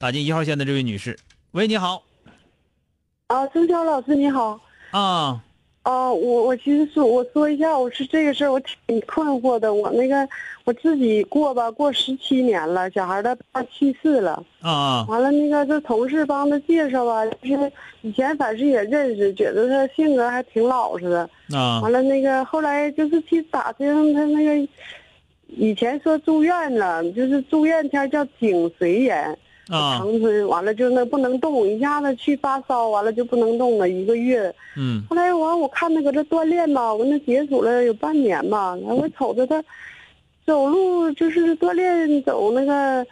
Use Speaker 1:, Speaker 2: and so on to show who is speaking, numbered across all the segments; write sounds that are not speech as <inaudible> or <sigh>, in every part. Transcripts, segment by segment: Speaker 1: 打进一号线的这位女士，喂，你好
Speaker 2: 啊，曾晓老师你好。
Speaker 1: 啊，
Speaker 2: 啊，我我其实说我说一下，我是这个事儿，我挺困惑的。我那个我自己过吧，过十七年了，小孩儿的爸去世了，
Speaker 1: 啊啊
Speaker 2: 完了那个这同事帮他介绍吧，就是以前反正也认识，觉得他性格还挺老实的。
Speaker 1: 啊
Speaker 2: 完了那个后来就是去打听他那个，以前说住院了，就是住院天叫颈髓炎，
Speaker 1: 啊，
Speaker 2: 长春完了就那不能动，一下子去发烧，完了就不能动了，一个月。
Speaker 1: 嗯
Speaker 2: 后来完我看他搁这锻炼吧，我那解暑了有半年吧，然后我瞅着他走路就是锻炼走那个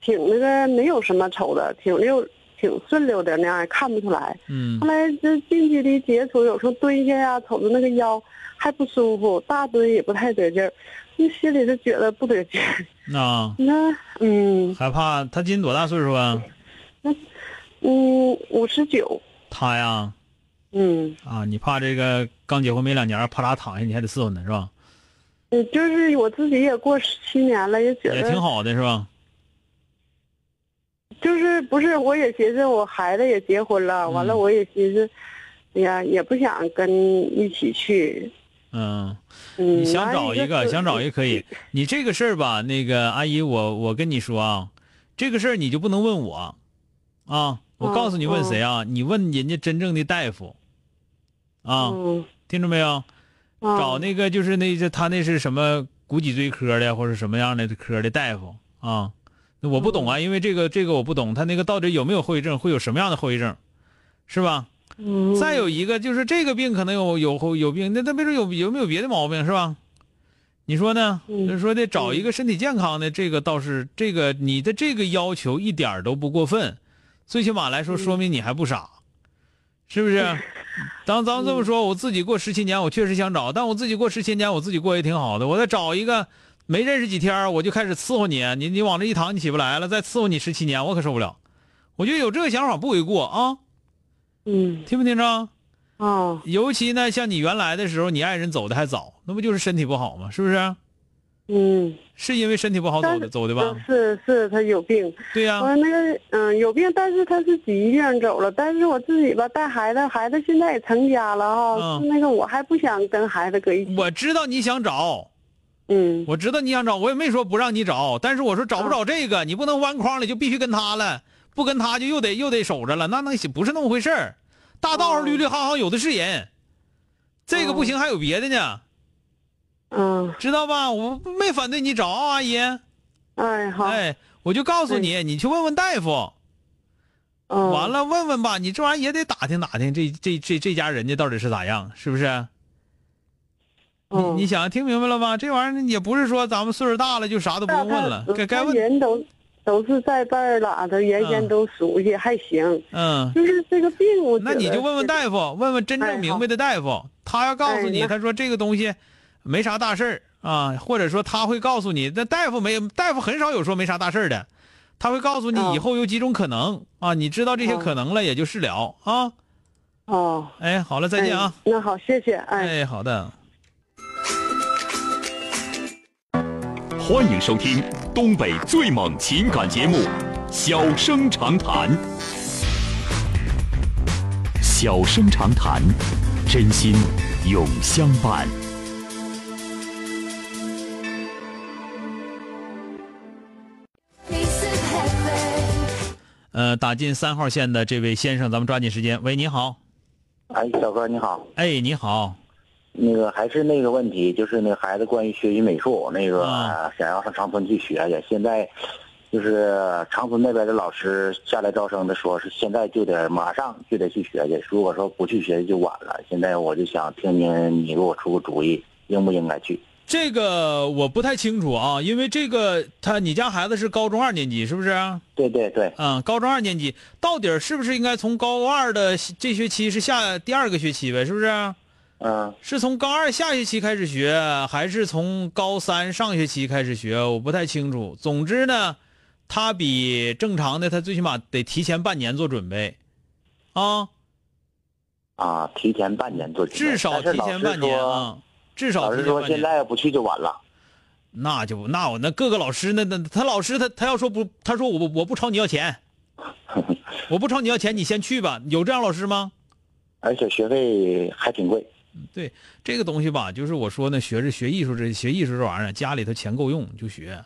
Speaker 2: 挺那个没有什么瞅着挺溜挺顺溜的那样，也看不出来。
Speaker 1: 嗯
Speaker 2: 后来这近距离接触，有时候蹲下呀，瞅着那个腰还不舒服，大蹲也不太得劲儿，就心里就觉得不得劲儿。 <laughs>
Speaker 1: 啊，
Speaker 2: 那嗯
Speaker 1: 害怕她今年多大岁数啊？
Speaker 2: 嗯，五十九，
Speaker 1: 她呀
Speaker 2: 嗯。
Speaker 1: 啊，你怕这个刚结婚没两年，啪啦躺下，你还得伺候呢是吧？
Speaker 2: 嗯，就是我自己也过十七年了，也觉
Speaker 1: 也挺
Speaker 2: 得
Speaker 1: 好的是吧？
Speaker 2: 就是不是，我也寻思我孩子也结婚了，
Speaker 1: 嗯
Speaker 2: 完了我也寻思，哎呀，也不想跟一起去。
Speaker 1: 嗯，
Speaker 2: 嗯，
Speaker 1: 你想找一
Speaker 2: 完
Speaker 1: 个，
Speaker 2: 了
Speaker 1: 想找一个可以。你这个事儿吧，那个阿姨，我我跟你说啊，这个事儿你就不能问我，啊，我
Speaker 2: 嗯
Speaker 1: 告诉你问谁啊，你问人家真正的大夫，啊，
Speaker 2: 嗯，
Speaker 1: 听着没有？啊
Speaker 2: 嗯
Speaker 1: 找那个就是那这他那是什么骨脊椎科的或者什么样的科的大夫啊？那我不懂啊，因为这个这个我不懂，他那个到底有没有后遗症，会有什么样的后遗症，是吧？
Speaker 2: 嗯
Speaker 1: 再有一个就是这个病可能有有后有病，那那没准有有没有别的毛病是吧？你说呢？
Speaker 2: 嗯
Speaker 1: 就是说得找一个身体健康的，这个倒是这个你的这个要求一点儿都不过分，最起码来
Speaker 2: 嗯
Speaker 1: 说说明你还不傻，是不是？
Speaker 2: <laughs>
Speaker 1: 当咱们这么说，我自己过十七年，我确实想找，但我自己过十七年，我自己过也挺好的。我再找一个没认识几天儿，我就开始伺候你，你你往这一躺，你起不来了，再伺候你十七年，我可受不了。我觉得有这个想法不为过啊，
Speaker 2: 嗯
Speaker 1: 听没听着？
Speaker 2: 啊
Speaker 1: 尤其呢，像你原来的时候，你爱人走的还早，那不就是身体不好吗？是不是？
Speaker 2: 嗯，
Speaker 1: 是因为身体不好走
Speaker 2: 但
Speaker 1: 的
Speaker 2: 是
Speaker 1: 走的吧？啊
Speaker 2: 是是，他有病。
Speaker 1: 对呀、
Speaker 2: 我那个嗯有病，但是他是急病走了，但是我自己吧带孩子，孩子现在也成家了哈，
Speaker 1: 嗯
Speaker 2: 那个我还不想跟孩子搁一起。
Speaker 1: 我知道你想找，
Speaker 2: 嗯
Speaker 1: 我知道你想找，我也没说不让你找，但是我说找不
Speaker 2: 嗯
Speaker 1: 找这个，你不能弯框了，就必须跟他了，不跟他就又得又得守着了，那那不是那么回事儿。大道上
Speaker 2: 哦
Speaker 1: 绿绿行行有的是人，这个不行还有别的呢，
Speaker 2: 嗯，
Speaker 1: 知道吧？我没反对你找啊，阿姨，
Speaker 2: 哎好，
Speaker 1: 哎，我就告诉你，你去问问大夫。
Speaker 2: 嗯
Speaker 1: 完了，问问吧，你这玩意儿也得打听打听这，这这这家人家到底是咋样，是不是？你
Speaker 2: 嗯
Speaker 1: 你想听明白了吧？这玩意儿也不是说咱们岁数大了就啥都不用问了
Speaker 2: 他，
Speaker 1: 该该
Speaker 2: 他
Speaker 1: 问，
Speaker 2: 人都都是在辈儿了的，原先都熟悉，还行。
Speaker 1: 嗯，
Speaker 2: 就是这个病，我觉
Speaker 1: 那
Speaker 2: 得
Speaker 1: 你就问问大夫，问问真
Speaker 2: 哎
Speaker 1: 正
Speaker 2: 好
Speaker 1: 明白的大夫，他要告诉
Speaker 2: 哎
Speaker 1: 你，
Speaker 2: 那
Speaker 1: 他说这个东西没啥大事儿啊，或者说他会告诉你，那大夫没大夫很少有说没啥大事儿的，他会告诉你
Speaker 2: 哦
Speaker 1: 以后有几种可能啊，你知道这些
Speaker 2: 哦
Speaker 1: 可能了也就治疗啊。
Speaker 2: 哦，
Speaker 1: 哎，好了，再见啊。
Speaker 2: 哎那好，谢谢，哎。
Speaker 1: 哎，好的。
Speaker 3: 欢迎收听东北最猛情感节目《小生长谈》。小生长谈，真心永相伴。
Speaker 1: 呃，打进三号线的这位先生，咱们抓紧时间。喂，你好，
Speaker 4: 哎，小哥你好，
Speaker 1: 哎，你好，
Speaker 4: 那个还是那个问题，就是那个孩子关于学习美术那个、
Speaker 1: 啊
Speaker 4: 想要上长春去学去，现在就是长春那边的老师下来招生的说是现在就得马上就得去学去，如果说不去学就晚了。现在我就想听听你给我出个主意，应不应该去？
Speaker 1: 这个我不太清楚啊，因为这个他你家孩子是高中二年级是不是？
Speaker 4: 对对对，
Speaker 1: 嗯，高中二年级到底儿是不是应该从高二的这学期是下第二个学期呗？是不是？
Speaker 4: 嗯，
Speaker 1: 是从高二下学期开始学，还是从高三上学期开始学？我不太清楚。总之呢，他比正常的他最起码得提前半年做准备，啊，
Speaker 4: 啊，提前半年做准备，
Speaker 1: 至少
Speaker 4: 但是
Speaker 1: 提
Speaker 4: 老
Speaker 1: 前
Speaker 4: 师
Speaker 1: 半年
Speaker 4: 说
Speaker 1: 啊，至少
Speaker 4: 老
Speaker 1: 提
Speaker 4: 师
Speaker 1: 前
Speaker 4: 说
Speaker 1: 半
Speaker 4: 现
Speaker 1: 年。
Speaker 4: 在要不去就晚了。
Speaker 1: 那就不那我那各个老师那那他老师他他要说不他说我不我不朝你要
Speaker 4: <laughs>
Speaker 1: 钱，我不朝你要钱，你先去吧。有这样老师吗？
Speaker 4: 而且学费还挺贵，
Speaker 1: 对这个东西吧，就是我说呢，学是学艺术这学艺术这玩意儿，家里头钱够用就学，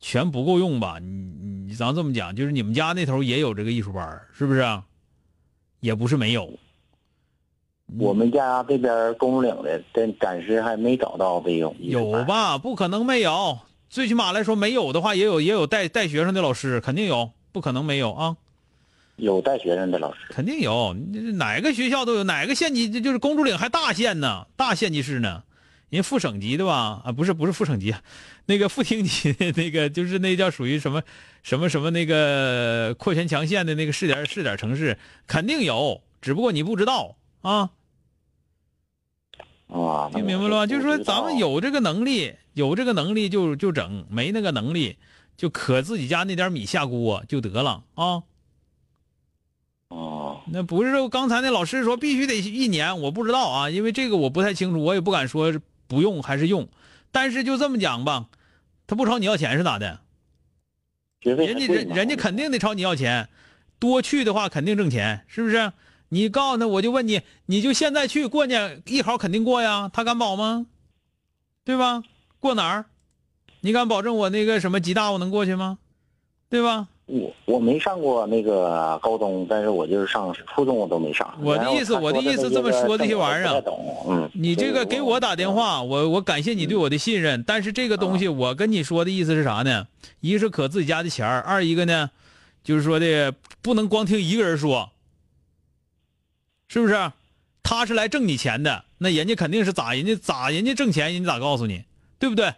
Speaker 1: 钱不够用吧，你你咱这么讲，就是你们家那头也有这个艺术班儿，是不是啊？也不是没有。嗯
Speaker 4: 我们家这边公主岭的，但暂时还没找到这种艺术班
Speaker 1: 有？吧？不可能没有。最起码来说，没有的话，也有也有带带学生的老师，肯定有，不可能没有啊，
Speaker 4: 有带学生的老师，
Speaker 1: 肯定有。你这哪个学校都有，哪个县级这就是公主岭还大县呢，大县级市呢，人家副省级的吧？啊，不是不是副省级，那个副厅级 <laughs> 的那个就是那叫属于什么什么什么那个扩权强县的那个试点试点城市，肯定有，只不过你不知道啊。
Speaker 4: 啊，
Speaker 1: 听明白了吧？就是说，咱们
Speaker 4: 有
Speaker 1: 有这个能力，有这个能力就就整，没那个能力就可自己家那点米下锅就得了啊。
Speaker 4: 啊，
Speaker 1: 那不是说刚才那老师说必须得一年，我不知道啊，因为这个我不太清楚，我也不敢说是不用还是用，但是就这么讲吧，他不朝你要钱是咋的？
Speaker 4: 学费
Speaker 1: 人家
Speaker 4: 还贵
Speaker 1: 人
Speaker 4: 呢
Speaker 1: 人家肯定得朝你要钱，多去的话肯定挣钱，是不是？你告诉他，我就问你，你就现在去过去，艺考肯定过呀，他敢保吗？对吧？过哪儿？你敢保证我那个什么吉大我能过去吗？对吧？
Speaker 4: 我我没上过那个高中，但是我就是上初中我都没上。
Speaker 1: 我的意思
Speaker 4: 然后
Speaker 1: 我的意思
Speaker 4: 他
Speaker 1: 这么说这些玩意儿啊
Speaker 4: 我不太懂，嗯，
Speaker 1: 你这个给我打电，话，我我感谢你对我的信任，但是这个东西我跟你说的意思是啥呢？一个是可自己家的钱儿，二一个呢，就是说的不能光听一个人说，是不是？他是来挣你钱的，那人家肯定是咋人家咋人家挣钱，人家咋告诉你，对不对？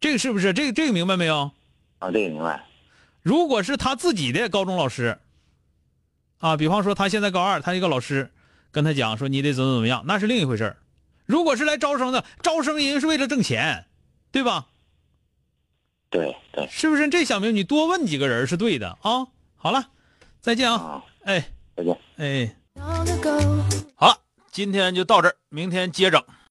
Speaker 1: 这个是不是？这个这个明白没有？
Speaker 4: 啊，这个明白，
Speaker 1: 如果是他自己的高中老师，啊，比方说他现在高二，他一个老师跟他讲说你得怎么怎么样，那是另一回事儿。如果是来招生的，招生人家是为了挣钱，对吧？
Speaker 4: 对对
Speaker 1: 是不是？这小明，你多问几个人是对的啊。好了，再见啊！
Speaker 4: 啊，
Speaker 1: 哎
Speaker 4: 再见。
Speaker 1: 哎，
Speaker 5: Long ago.
Speaker 1: 好了，今天就到这儿，明天接着。